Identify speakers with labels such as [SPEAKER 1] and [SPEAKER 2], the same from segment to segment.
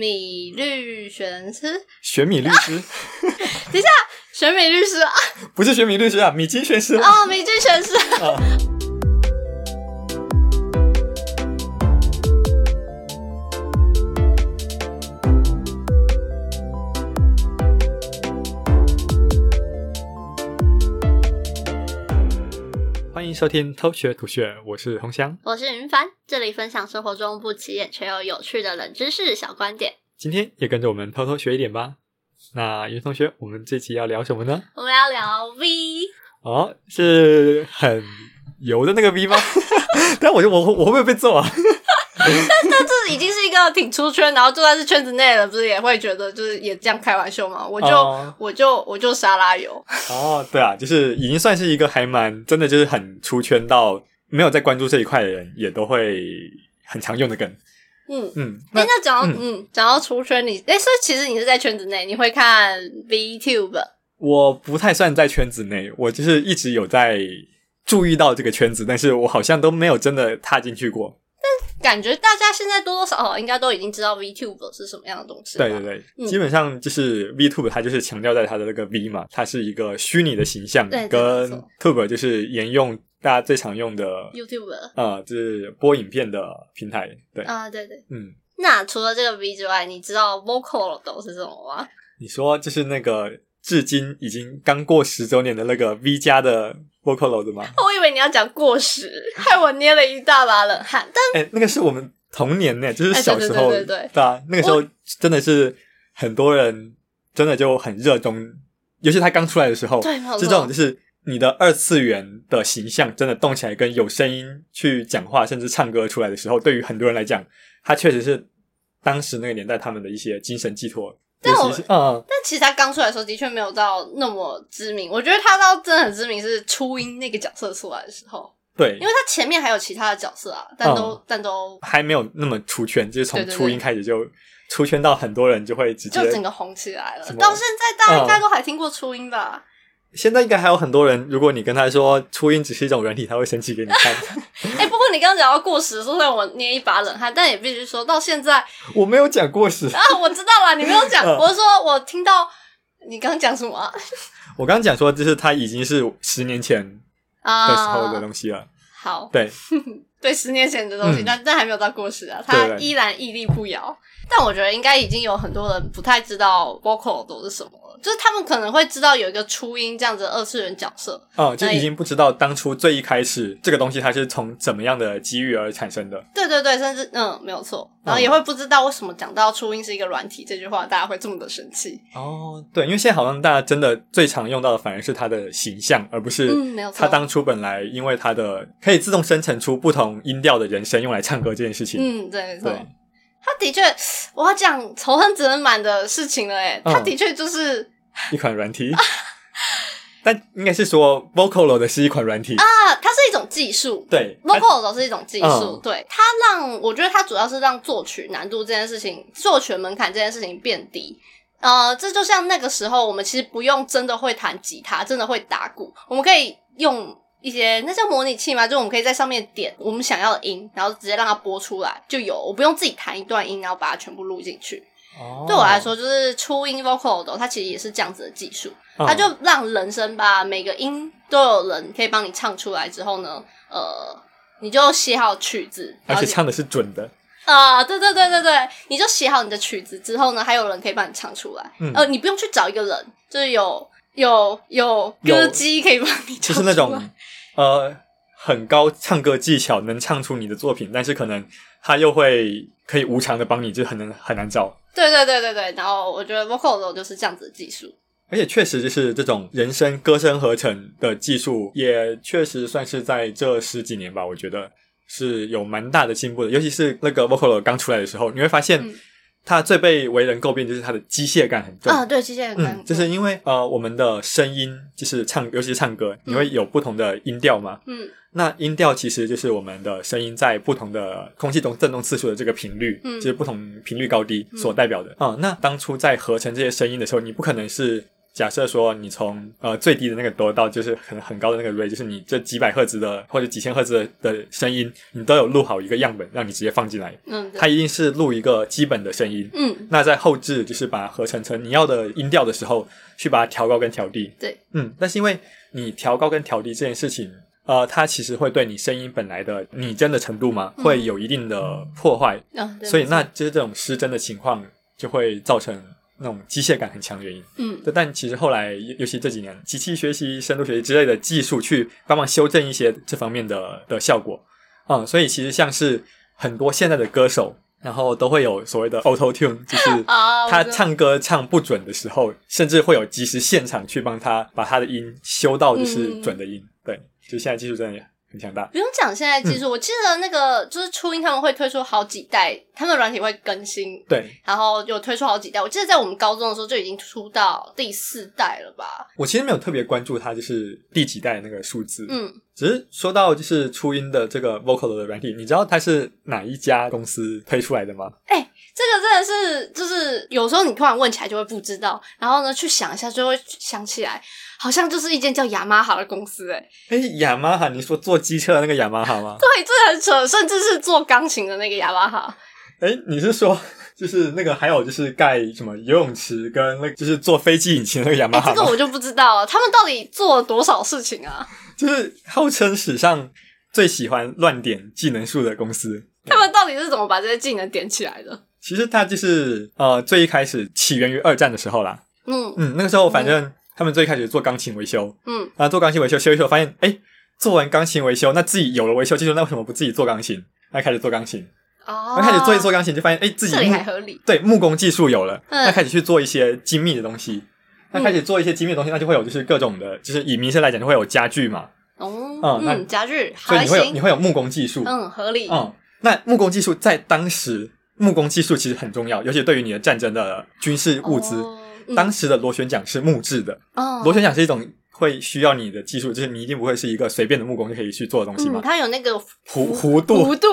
[SPEAKER 1] 米律玄师，
[SPEAKER 2] 选米律 师
[SPEAKER 1] 选米律 师啊，
[SPEAKER 2] 不是选米律师啊，米津玄师啊。
[SPEAKER 1] 哦，米律玄师。
[SPEAKER 2] 欢迎收听偷学吐血，我是红香。
[SPEAKER 1] 我是云帆，这里分享生活中不起眼却又有趣的冷知识小观点。
[SPEAKER 2] 今天也跟着我们偷偷学一点吧。那云同学，我们这期要聊什么呢？
[SPEAKER 1] 我们要聊 V，
[SPEAKER 2] 哦，是很油的那个 V 吗？ 但我就我我会不会被揍啊？
[SPEAKER 3] 但这已经是一个挺出圈，然后就算是圈子内的，不是也会觉得就是也这样开玩笑嘛？我就、
[SPEAKER 2] 哦
[SPEAKER 3] 我就我就沙拉油，
[SPEAKER 2] 哦， 对啊，就是已经算是一个还蛮真的，就是很出圈到没有在关注这一块的人也都会很常用的梗。
[SPEAKER 3] 嗯。
[SPEAKER 2] 嗯，
[SPEAKER 3] 哎、
[SPEAKER 2] 那
[SPEAKER 3] 那讲到嗯，讲、到出圈你，哎、所以其实你是在圈子内，你会看 VTube，
[SPEAKER 2] 我不太算在圈子内，我就是一直有在注意到这个圈子，但是我好像都没有真的踏进去过。
[SPEAKER 3] 感觉大家现在多多少少应该都已经知道 VTube 是什么样的东西。
[SPEAKER 2] 对对，对，
[SPEAKER 3] 嗯
[SPEAKER 2] 基本上就是 VTube，它就是强调在它的那个 V 嘛，它是一个虚拟的形象，
[SPEAKER 3] 对
[SPEAKER 2] 跟
[SPEAKER 3] 这个没错
[SPEAKER 2] Tube 就是沿用大家最常用的
[SPEAKER 3] YouTube
[SPEAKER 2] 呃，就是播影片的平台。对，
[SPEAKER 3] 啊、对对。
[SPEAKER 2] 嗯，
[SPEAKER 3] 那除了这个 V 之外，你知道 Vocal 都是什么吗？
[SPEAKER 2] 你说就是那个至今已经刚过十周年的那个 V 加的 Vocaloid 吗？
[SPEAKER 3] 哦我以为你要讲过时，害我捏了一大把冷汗。但
[SPEAKER 2] 哎、那个是我们童年呢，就是
[SPEAKER 3] 哎对
[SPEAKER 2] 小时候，
[SPEAKER 3] 对对对对
[SPEAKER 2] 啊，那个时候真的是很多人真的就很热衷，尤其他刚出来的时候，
[SPEAKER 3] 对没有
[SPEAKER 2] 就
[SPEAKER 3] 错
[SPEAKER 2] 这种就是你的二次元的形象真的动起来，跟有声音去讲话，甚至唱歌出来的时候，对于很多人来讲，它确实是当时那个年代他们的一些精神寄托。
[SPEAKER 3] 但我
[SPEAKER 2] 尤其是嗯，
[SPEAKER 3] 但其实他刚出来的时候，的确没有到那么知名。我觉得他到真的很知名是初音那个角色出来的时候，
[SPEAKER 2] 对
[SPEAKER 3] 因为，他前面还有其他的角色啊，但都、
[SPEAKER 2] 嗯
[SPEAKER 3] 但都
[SPEAKER 2] 还没有那么出圈，就是从
[SPEAKER 3] 对对对
[SPEAKER 2] 初音开始就出圈到很多人就会直接
[SPEAKER 3] 就整个红起来了
[SPEAKER 2] 什。么
[SPEAKER 3] 到现在大家应该都还听过初音吧？
[SPEAKER 2] 现在应该还有很多人，如果你跟他说初音只是一种人体，他会生气给你看。
[SPEAKER 3] 哎、不过你刚刚讲到过时，说让我捏一把冷汗，但也必须说到现在啊，
[SPEAKER 2] 我没有讲过时，
[SPEAKER 3] 我知道啦，你没有讲，
[SPEAKER 2] 嗯
[SPEAKER 3] 我是说我听到你刚刚讲什么啊？
[SPEAKER 2] 我刚刚讲说，就是他已经是十年前的时候的
[SPEAKER 3] 啊
[SPEAKER 2] 东西了。
[SPEAKER 3] 好，
[SPEAKER 2] 对，
[SPEAKER 3] 对十年前的东西，
[SPEAKER 2] 嗯
[SPEAKER 3] 但但还没有到过时啊，
[SPEAKER 2] 对
[SPEAKER 3] 它依然屹立不摇。但我觉得应该已经有很多人不太知道 vocal 都是什么了，就是他们可能会知道有一个初音这样子的二次元角色，
[SPEAKER 2] 哦、就已经不知道当初最一开始这个东西它是从怎么样的机遇而产生的。
[SPEAKER 3] 对对对，甚至嗯没有错，然后也会不知道为什么讲到初音是一个软体这句话，大家会这么的生气。
[SPEAKER 2] 哦，对，因为现在好像大家真的最常用到的反而是它的形象，而不是
[SPEAKER 3] 嗯没有错
[SPEAKER 2] 它当初本来因为它的可以自动生成出不同音调的人声用来唱歌这件事情。
[SPEAKER 3] 嗯，对，没错。
[SPEAKER 2] 对，
[SPEAKER 3] 他的确，我要讲仇恨只能满的事情了，哎，
[SPEAKER 2] 嗯
[SPEAKER 3] 他的确就是、
[SPEAKER 2] 一款软体。但应该是说 Vocalo 的是一款软体，
[SPEAKER 3] 啊，它是一种技术，
[SPEAKER 2] 对
[SPEAKER 3] vocal 都是一种技术
[SPEAKER 2] 嗯，
[SPEAKER 3] 对它让我觉得它主要是让作曲难度这件事情、作曲门槛这件事情变低。呃，这就像那个时候，我们其实不用真的会弹吉他，真的会打鼓，我们可以用一些那叫模拟器嘛，就我们可以在上面点我们想要的音，然后直接让它播出来就有，我不用自己弹一段音，然后把它全部录进去。
[SPEAKER 2] 哦
[SPEAKER 3] 对我来，说，就是初音 vocal 的，它其实也是这样子的技术。
[SPEAKER 2] 嗯
[SPEAKER 3] 它就让人声吧，每个音都有人可以帮你唱出来之后呢，呃，你就写好曲子，
[SPEAKER 2] 而
[SPEAKER 3] 然后
[SPEAKER 2] 且
[SPEAKER 3] 你
[SPEAKER 2] 唱的是准的，
[SPEAKER 3] 啊、对对对对对，你就写好你的曲子之后呢，还有人可以帮你唱出来，
[SPEAKER 2] 嗯
[SPEAKER 3] 呃，你不用去找一个人，就是有有有
[SPEAKER 2] 有
[SPEAKER 3] 歌姬可以帮你唱
[SPEAKER 2] 就是那
[SPEAKER 3] 出来
[SPEAKER 2] 种呃很高唱歌技巧，能唱出你的作品，但是可能他又会可以无偿的帮你，就很难很难找。
[SPEAKER 3] 对对对对对，然后我觉得 vocal 的就是这样子的技术，
[SPEAKER 2] 而且确实就是这种人声歌声合成的技术，也确实算是在这十几年吧，我觉得是有蛮大的进步的。尤其是那个 Vocalo 刚出来的时候，你会发现
[SPEAKER 3] 嗯
[SPEAKER 2] 它最被为人诟病就是它的机械感很重
[SPEAKER 3] 啊、对，机械很
[SPEAKER 2] 嗯，就是因为呃，我们的声音就是唱，尤其是唱歌，你会有不同的音调嘛？
[SPEAKER 3] 嗯
[SPEAKER 2] 那音调其实就是我们的声音在不同的空气中振动次数的这个频率，
[SPEAKER 3] 嗯
[SPEAKER 2] 哦就是不同频率高低所代表的啊、那当初在合成这些声音的时候，你不可能是假设说你从呃最低的那个哆到就是很很高的那个 re，就是你这几百赫兹的或者几千赫兹的的声音，你都有录好一个样本，让你直接放进来。
[SPEAKER 3] 嗯，对
[SPEAKER 2] 它一定是录一个基本的声音，
[SPEAKER 3] 嗯，
[SPEAKER 2] 那在后置就是把它合成成你要的音调的时候，去把它调高跟调低。
[SPEAKER 3] 对，
[SPEAKER 2] 嗯，但是因为你调高跟调低这件事情，呃，它其实会对你声音本来的拟真的程度嘛，
[SPEAKER 3] 嗯
[SPEAKER 2] 会有一定的破坏，
[SPEAKER 3] 啊，对
[SPEAKER 2] 所以
[SPEAKER 3] 没错
[SPEAKER 2] 那就是这种失真的情况就会造成那种机械感很强的原因。
[SPEAKER 3] 嗯
[SPEAKER 2] 对但其实后来，尤尤其这几年，机器学习、深度学习之类的技术去帮忙修正一些这方面的的效果。嗯，所以其实像是很多现在的歌手，然后都会有所谓的 Auto Tune，就是
[SPEAKER 3] 啊我
[SPEAKER 2] 他
[SPEAKER 3] 知道
[SPEAKER 2] 唱歌唱不准的时候，甚至会有及时现场去帮他把他的音修到就是准的音。对，就现在技术真的很强大。
[SPEAKER 3] 不用讲现在技术，我记得那个就是初音他们会推出好几代，他们的软体会更新，
[SPEAKER 2] 对
[SPEAKER 3] 然后有推出好几代。我记得在我们高中的时候就已经出到第四代了吧？
[SPEAKER 2] 我其实没有特别关注它就是第几代那个数字，
[SPEAKER 3] 嗯，
[SPEAKER 2] 只是说到就是初音的这个 vocal 的软体，你知道它是哪一家公司推出来的吗？
[SPEAKER 3] 这个真的是就是有时候你突然问起来就会不知道，然后呢去想一下就会想起来，好像就是一间叫雅马哈的公司、 欸，哎，
[SPEAKER 2] 哎，雅马哈，你说坐机车的那个雅马哈吗？
[SPEAKER 3] 对，这很扯，甚至是做钢琴的那个雅马哈，
[SPEAKER 2] 哎，你是说就是那个还有就是盖什么游泳池跟那个就是坐飞机引擎的那个雅
[SPEAKER 3] 哎、
[SPEAKER 2] 马哈
[SPEAKER 3] 这个
[SPEAKER 2] 吗？
[SPEAKER 3] 我就不知道了，他们到底做了多少事情啊？
[SPEAKER 2] 就是号称史上最喜欢乱点技能树的公司。
[SPEAKER 3] 他们到底是怎么把这些技能点起来的？
[SPEAKER 2] 其实它就是呃最一开始起源于二战的时候啦。
[SPEAKER 3] 嗯
[SPEAKER 2] 嗯，那个时候反正他们最开始做钢琴维修，
[SPEAKER 3] 嗯，
[SPEAKER 2] 然后做钢琴维修修一修，发现哎，做完钢琴维修，那自己有了维修技术，那为什么不自己做钢琴？那开始做钢琴，
[SPEAKER 3] 哦，
[SPEAKER 2] 然后开始做一做，钢琴，就发现哎，自己
[SPEAKER 3] 这里
[SPEAKER 2] 木
[SPEAKER 3] 还合理。
[SPEAKER 2] 对木工技术有了，
[SPEAKER 3] 嗯
[SPEAKER 2] 那开始去做一些精密的东西。那开始做一些精密的东西，那就会有就是各种的，就是以民生来讲，就会有家具嘛，
[SPEAKER 3] 哦
[SPEAKER 2] 嗯，那
[SPEAKER 3] 嗯，家具
[SPEAKER 2] 所以
[SPEAKER 3] 还
[SPEAKER 2] 你会有你
[SPEAKER 3] 行，
[SPEAKER 2] 会有木工技术，
[SPEAKER 3] 嗯，合理，
[SPEAKER 2] 嗯，那木工技术在当时，木工技术其实很重要，尤其对于你的战争的军事物资。
[SPEAKER 3] 哦嗯
[SPEAKER 2] 当时的螺旋桨是木质的，
[SPEAKER 3] 哦
[SPEAKER 2] 螺旋桨是一种会需要你的技术，就是你一定不会是一个随便的木工就可以去做的东西嘛
[SPEAKER 3] 嗯，。它有那个
[SPEAKER 2] 弧弧度，
[SPEAKER 3] 弧度，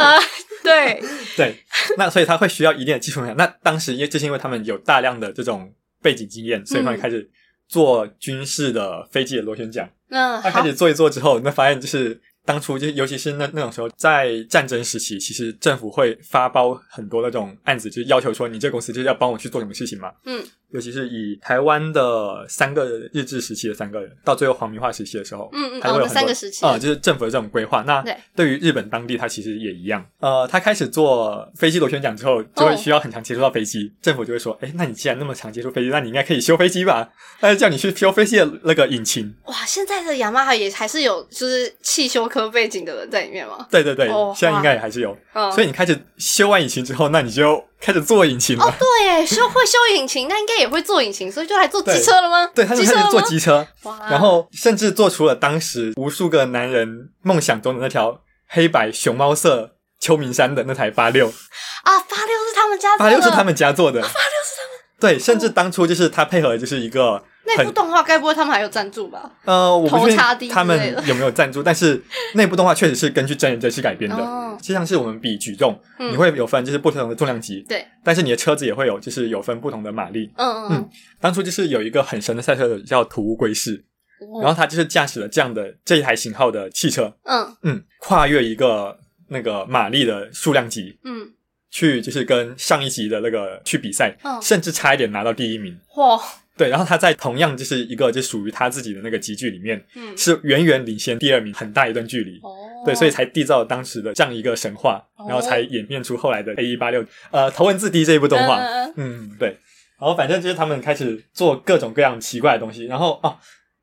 [SPEAKER 3] 啊，对，
[SPEAKER 2] 对，那所以他会需要一定的技术门槛。那当时因为就是因为他们有大量的这种背景经验，
[SPEAKER 3] 嗯
[SPEAKER 2] 所以他们开始做军事的飞机的螺旋桨。
[SPEAKER 3] 那
[SPEAKER 2] 他
[SPEAKER 3] 嗯好
[SPEAKER 2] 开，始做一做之后，那发现就是当初就是尤其是那那种时候，在战争时期，其实政府会发包很多那种案子，就是要求说你这个公司就是要帮我去做什么事情嘛。
[SPEAKER 3] 嗯，
[SPEAKER 2] 尤其是以台湾的三个日治时期的三个人，到最后皇民化时期的时候，
[SPEAKER 3] 嗯嗯
[SPEAKER 2] 它就会
[SPEAKER 3] 哦那
[SPEAKER 2] 有很多
[SPEAKER 3] 三个时期
[SPEAKER 2] 啊、就是政府的这种规划。那
[SPEAKER 3] 对
[SPEAKER 2] 对于日本当地，它其实也一样。呃，他开始做飞机螺旋桨之后，就
[SPEAKER 3] 哦
[SPEAKER 2] 会需要很常接触到飞机，政府就会说，哎，那你既然那么常接触飞机，那你应该可以修飞机吧？那就叫你去修飞机的那个引擎。
[SPEAKER 3] 哇，现在的雅马哈也还是有就是汽修科背景的人在里面吗？
[SPEAKER 2] 对对对，
[SPEAKER 3] 哦
[SPEAKER 2] 现在应该也还是有。
[SPEAKER 3] 嗯，
[SPEAKER 2] 所以你开始修完引擎之后，那你就开始做引擎了。
[SPEAKER 3] 对耶，修会修引擎，那应该也会做引擎，所以就来做机车了吗？
[SPEAKER 2] 对，他就
[SPEAKER 3] 机
[SPEAKER 2] 开
[SPEAKER 3] 车
[SPEAKER 2] 始
[SPEAKER 3] 了
[SPEAKER 2] 做
[SPEAKER 3] 吗？啊
[SPEAKER 2] 机车，
[SPEAKER 3] 哇，
[SPEAKER 2] 然后甚至做出了当时无数个男人梦想中的那条黑白熊猫色秋名山的那台八六，
[SPEAKER 3] 啊，八六是他们家做
[SPEAKER 2] 八
[SPEAKER 3] 的，啊
[SPEAKER 2] 六是他们家做的，八六是他们。对，甚至当初就是他配合，就是一个
[SPEAKER 3] 那哦部
[SPEAKER 2] 很
[SPEAKER 3] 动画，该不会他们还有赞助吧？
[SPEAKER 2] 呃，我不
[SPEAKER 3] 头
[SPEAKER 2] 确
[SPEAKER 3] 插地
[SPEAKER 2] 定他
[SPEAKER 3] 之类的
[SPEAKER 2] 们有没有赞助，但是那部动画确实是根据真人真事改编的，
[SPEAKER 3] 哦
[SPEAKER 2] 就像是我们比举重，
[SPEAKER 3] 嗯
[SPEAKER 2] 你会有分就是不同的重量级，
[SPEAKER 3] 对，
[SPEAKER 2] 但是你的车子也会有就是有分不同的马力，
[SPEAKER 3] 嗯嗯
[SPEAKER 2] 当初就是有一个很神的赛车手叫土屋圭市，
[SPEAKER 3] 嗯，
[SPEAKER 2] 然后他就是驾驶了这样的这一台型号的汽车，
[SPEAKER 3] 嗯
[SPEAKER 2] 嗯，跨越一个那个马力的数量级
[SPEAKER 3] 嗯，
[SPEAKER 2] 去，就是跟上一级的那个去比赛，
[SPEAKER 3] 嗯
[SPEAKER 2] 甚至差一点拿到第一名。
[SPEAKER 3] 哇，
[SPEAKER 2] 对，然后他在同样就是一个就属于他自己的那个集距里面，
[SPEAKER 3] 嗯，
[SPEAKER 2] 是远远领先第二名很大一段距离。
[SPEAKER 3] 哦，
[SPEAKER 2] 对，所以才缔造了当时的这样一个神话，
[SPEAKER 3] 哦
[SPEAKER 2] 然后才演变出后来的 A 一八六呃头文字 D 这一部动画。
[SPEAKER 3] 嗯嗯嗯
[SPEAKER 2] 嗯，对。然后反正就是他们开始做各种各样奇怪的东西，然后哦，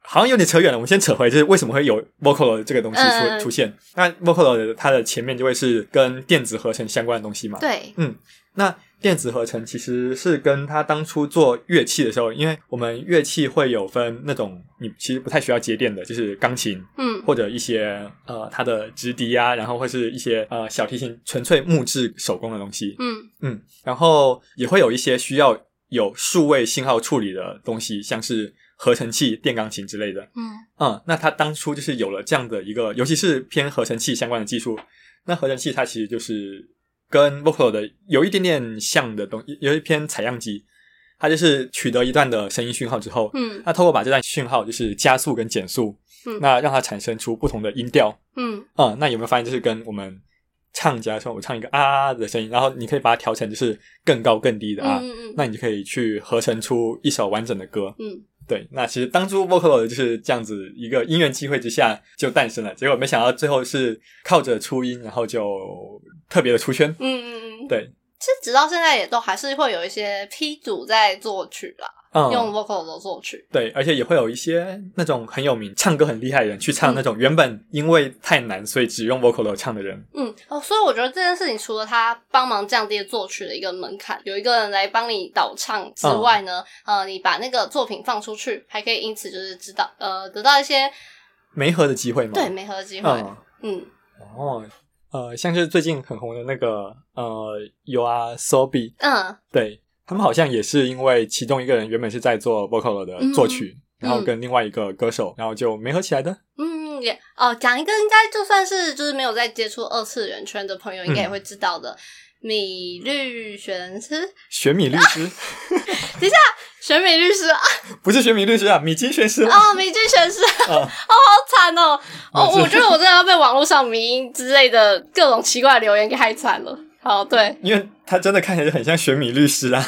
[SPEAKER 2] 好像有点扯远了，我们先扯回就是为什么会有 Vocalo 这个东西出、
[SPEAKER 3] 嗯嗯嗯
[SPEAKER 2] 出现？那 Vocalo 的它的前面就会是跟电子合成相关的东西嘛？。
[SPEAKER 3] 对，
[SPEAKER 2] 那电子合成其实是跟他当初做乐器的时候，因为我们乐器会有分那种你其实不太需要接电的，就是钢琴，
[SPEAKER 3] 嗯
[SPEAKER 2] 或者一些呃它的直笛啊，然后或是一些呃小提琴，纯粹木质手工的东西，
[SPEAKER 3] 嗯
[SPEAKER 2] 嗯，然后也会有一些需要有数位信号处理的东西，像是合成器、电钢琴之类的，
[SPEAKER 3] 嗯
[SPEAKER 2] 嗯，那它当初就是有了这样的一个，尤其是偏合成器相关的技术，那合成器它其实就是跟 Vocal 的有一点点像的东西，有一偏采样机。它就是取得一段的声音讯号之后，
[SPEAKER 3] 嗯
[SPEAKER 2] 那透过把这段讯号就是加速跟减速，
[SPEAKER 3] 嗯
[SPEAKER 2] 那让它产生出不同的音调
[SPEAKER 3] 嗯
[SPEAKER 2] 啊、那有没有发现就是跟我们唱假如说我唱一个啊啊啊的声音，然后你可以把它调成就是更高更低的啊，
[SPEAKER 3] 嗯嗯嗯
[SPEAKER 2] 那你就可以去合成出一首完整的歌。
[SPEAKER 3] 嗯，
[SPEAKER 2] 对，那其实当初 Vocaloid 就是这样子一个因缘机会之下就诞生了，结果没想到最后是靠着初音，然后就特别的出圈。
[SPEAKER 3] 嗯嗯嗯，
[SPEAKER 2] 对，
[SPEAKER 3] 其实直到现在也都还是会有一些 P 组在作曲啦，
[SPEAKER 2] 嗯，
[SPEAKER 3] 用 vocal 的作曲。
[SPEAKER 2] 对，而且也会有一些那种很有名、唱歌很厉害的人去唱那种原本因为太难，所以只用 vocal 唱的人。
[SPEAKER 3] 嗯，哦，所以我觉得这件事情除了他帮忙降低作曲的一个门槛，有一个人来帮你导唱之
[SPEAKER 2] 嗯
[SPEAKER 3] 外呢，呃，你把那个作品放出去，还可以因此就是知道呃得到一些
[SPEAKER 2] 没合的机会嘛。
[SPEAKER 3] 对媒合的机会。
[SPEAKER 2] 嗯，
[SPEAKER 3] 嗯
[SPEAKER 2] 哦，呃，像是最近很红的那个呃 You Are Sobi，
[SPEAKER 3] 嗯
[SPEAKER 2] 对他们好像也是因为其中一个人原本是在做 vocal 的作曲，然后跟另外一个歌手，然后就没合起来的。
[SPEAKER 3] 嗯，也哦，讲一个应该就算是就是没有在接触二次元圈的朋友，应该也
[SPEAKER 2] 嗯
[SPEAKER 3] 会知道的。米律玄师，
[SPEAKER 2] 玄米律师
[SPEAKER 3] 嗯玄米律师啊，
[SPEAKER 2] 不是玄米律师啊，米津玄师啊，
[SPEAKER 3] 哦，米剧玄师，
[SPEAKER 2] 嗯
[SPEAKER 3] 好惨哦！哦，
[SPEAKER 2] 没事
[SPEAKER 3] 我觉得我真的要被网络上迷音之类的各种奇怪的留言给害惨了。好，对，当
[SPEAKER 2] 因为他真的看起来就很像玄米律师 啊。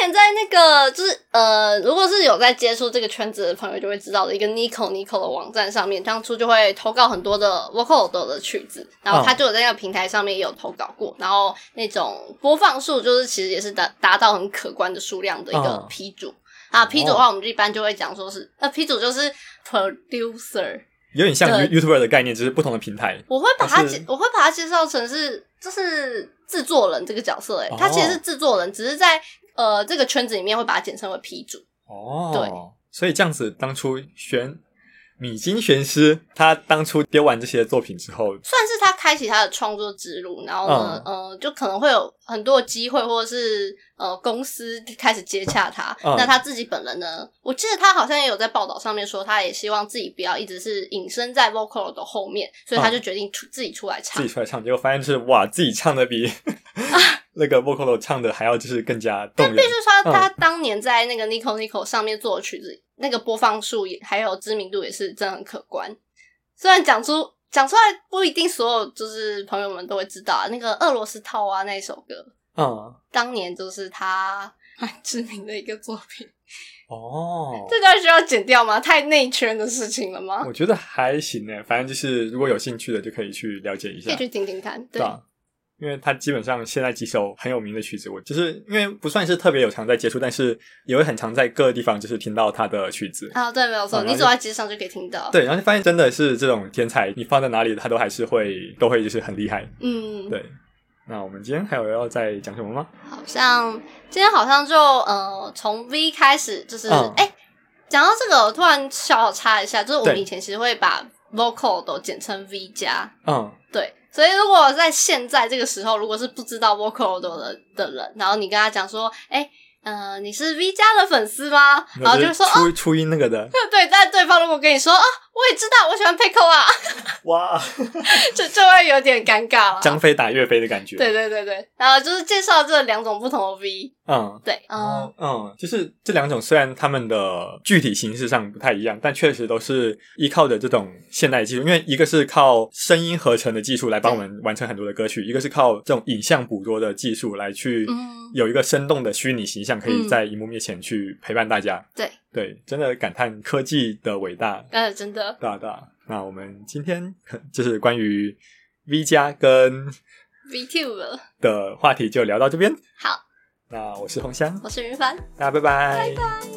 [SPEAKER 3] 年在那个就是呃，如果是有在接触这个圈子的朋友，就会知道的一个 Nico Nico 的网站上面，当初就会投稿很多的 vocal 的曲子，然
[SPEAKER 2] 嗯
[SPEAKER 3] 后他就有在那个平台上面也有投稿过，然后那种播放数就是其实也是达达到很可观的数量的一个
[SPEAKER 2] 嗯哦
[SPEAKER 3] 批主。啊，P 组的话，我们一般就会讲说是，呃，P 组就是 producer，
[SPEAKER 2] 有点像
[SPEAKER 3] 对
[SPEAKER 2] You- YouTuber 的概念，只是不同的平台。
[SPEAKER 3] 我会把他
[SPEAKER 2] 但是
[SPEAKER 3] 介，我会把他介绍成是就是制作人这个角色、欸，
[SPEAKER 2] 哦
[SPEAKER 3] 他其实是制作人，只是在呃这个圈子里面会把它简称为 P 主。
[SPEAKER 2] 哦，对，所以这样子，当初玄米津玄师他当初丢完这些作品之后，
[SPEAKER 3] 算是他开启他的创作之路，然后呢，
[SPEAKER 2] 嗯
[SPEAKER 3] 呃，就可能会有很多机会，或者是呃公司开始接洽他。
[SPEAKER 2] 嗯
[SPEAKER 3] 那他自己本人呢，我记得他好像也有在报道上面说，他也希望自己不要一直是隐身在 vocal 的后面，所以他就决定出、自己出来
[SPEAKER 2] 嗯自
[SPEAKER 3] 唱
[SPEAKER 2] 己。出来唱，结果发现就是哇，自己唱的比
[SPEAKER 3] 啊
[SPEAKER 2] 那个 vocal 唱的还要就是更加动人
[SPEAKER 3] 必须。说
[SPEAKER 2] 嗯
[SPEAKER 3] 他当年在那个 Nico Nico 上面做的曲子，那个播放数也还有知名度也是真的很可观。虽然讲出讲出来不一定所有就是朋友们都会知道、啊，那个俄罗斯套娃那一首歌，
[SPEAKER 2] 嗯，
[SPEAKER 3] 当年就是他 蛮知名的一个作品。
[SPEAKER 2] 哦，
[SPEAKER 3] 这段需要剪掉吗？太内圈的事情了吗？
[SPEAKER 2] 我觉得还行呢，反正就是如果有兴趣的就可以去了解一
[SPEAKER 3] 可以
[SPEAKER 2] 下，
[SPEAKER 3] 去听听看。对，
[SPEAKER 2] 吧？因为他基本上现在几首很有名的曲子，我就是因为不算是特别有常在接触，但是也会很常在各个地方就是听到他的曲子。
[SPEAKER 3] 啊，对，没有错，
[SPEAKER 2] 嗯
[SPEAKER 3] 你走在街上就可以听到。，
[SPEAKER 2] 对，然后就发现真的是这种天才，你放在哪里，他都还是会都会就是很厉害。
[SPEAKER 3] 嗯，
[SPEAKER 2] 对，那我们今天还有要再讲什么吗？
[SPEAKER 3] 好像今天好像就呃从 V 开始，就是哎
[SPEAKER 2] 嗯、
[SPEAKER 3] 诶讲到这个，我突然小小插一下，就是我们
[SPEAKER 2] 对
[SPEAKER 3] 以前其实会把 vocal 都简称 V 加，
[SPEAKER 2] 嗯，
[SPEAKER 3] 对，所以如果在现在这个时候，如果是不知道 vocal 的人的人，然后你跟他讲说，哎、呃，你是 V 加的粉丝吗？然后就会说，哦，
[SPEAKER 2] 初初音那个 的，
[SPEAKER 3] 对，但对方如果跟你说，哦，我也知道，我喜欢 Pickle 啊，
[SPEAKER 2] 哇，
[SPEAKER 3] 就就会有点尴尬了。
[SPEAKER 2] 张飞打岳飞的感觉。
[SPEAKER 3] 对，对对对，然后就是介绍这两种不同的 V，
[SPEAKER 2] 嗯。
[SPEAKER 3] 对，嗯、
[SPEAKER 2] 哦，嗯，就是这两种，虽然他们的具体形式上不太一样，但确实都是依靠着这种现代技术，因为一个是靠声音合成的技术来帮我们完成很多的歌曲，一个是靠这种影像捕捉的技术来去
[SPEAKER 3] 嗯
[SPEAKER 2] 有一个生动的虚拟形象，可以
[SPEAKER 3] 嗯
[SPEAKER 2] 在荧幕面前去陪伴大家。
[SPEAKER 3] 对，
[SPEAKER 2] 对，真的感叹科技的伟大，
[SPEAKER 3] 呃，真的，
[SPEAKER 2] 大大。那我们今天 可就是关于 V 加跟
[SPEAKER 3] VTuber。
[SPEAKER 2] 的话题就聊到这边。
[SPEAKER 3] 好，
[SPEAKER 2] 那我是红香，
[SPEAKER 3] 我是云帆，
[SPEAKER 2] 大家拜拜
[SPEAKER 3] 拜拜。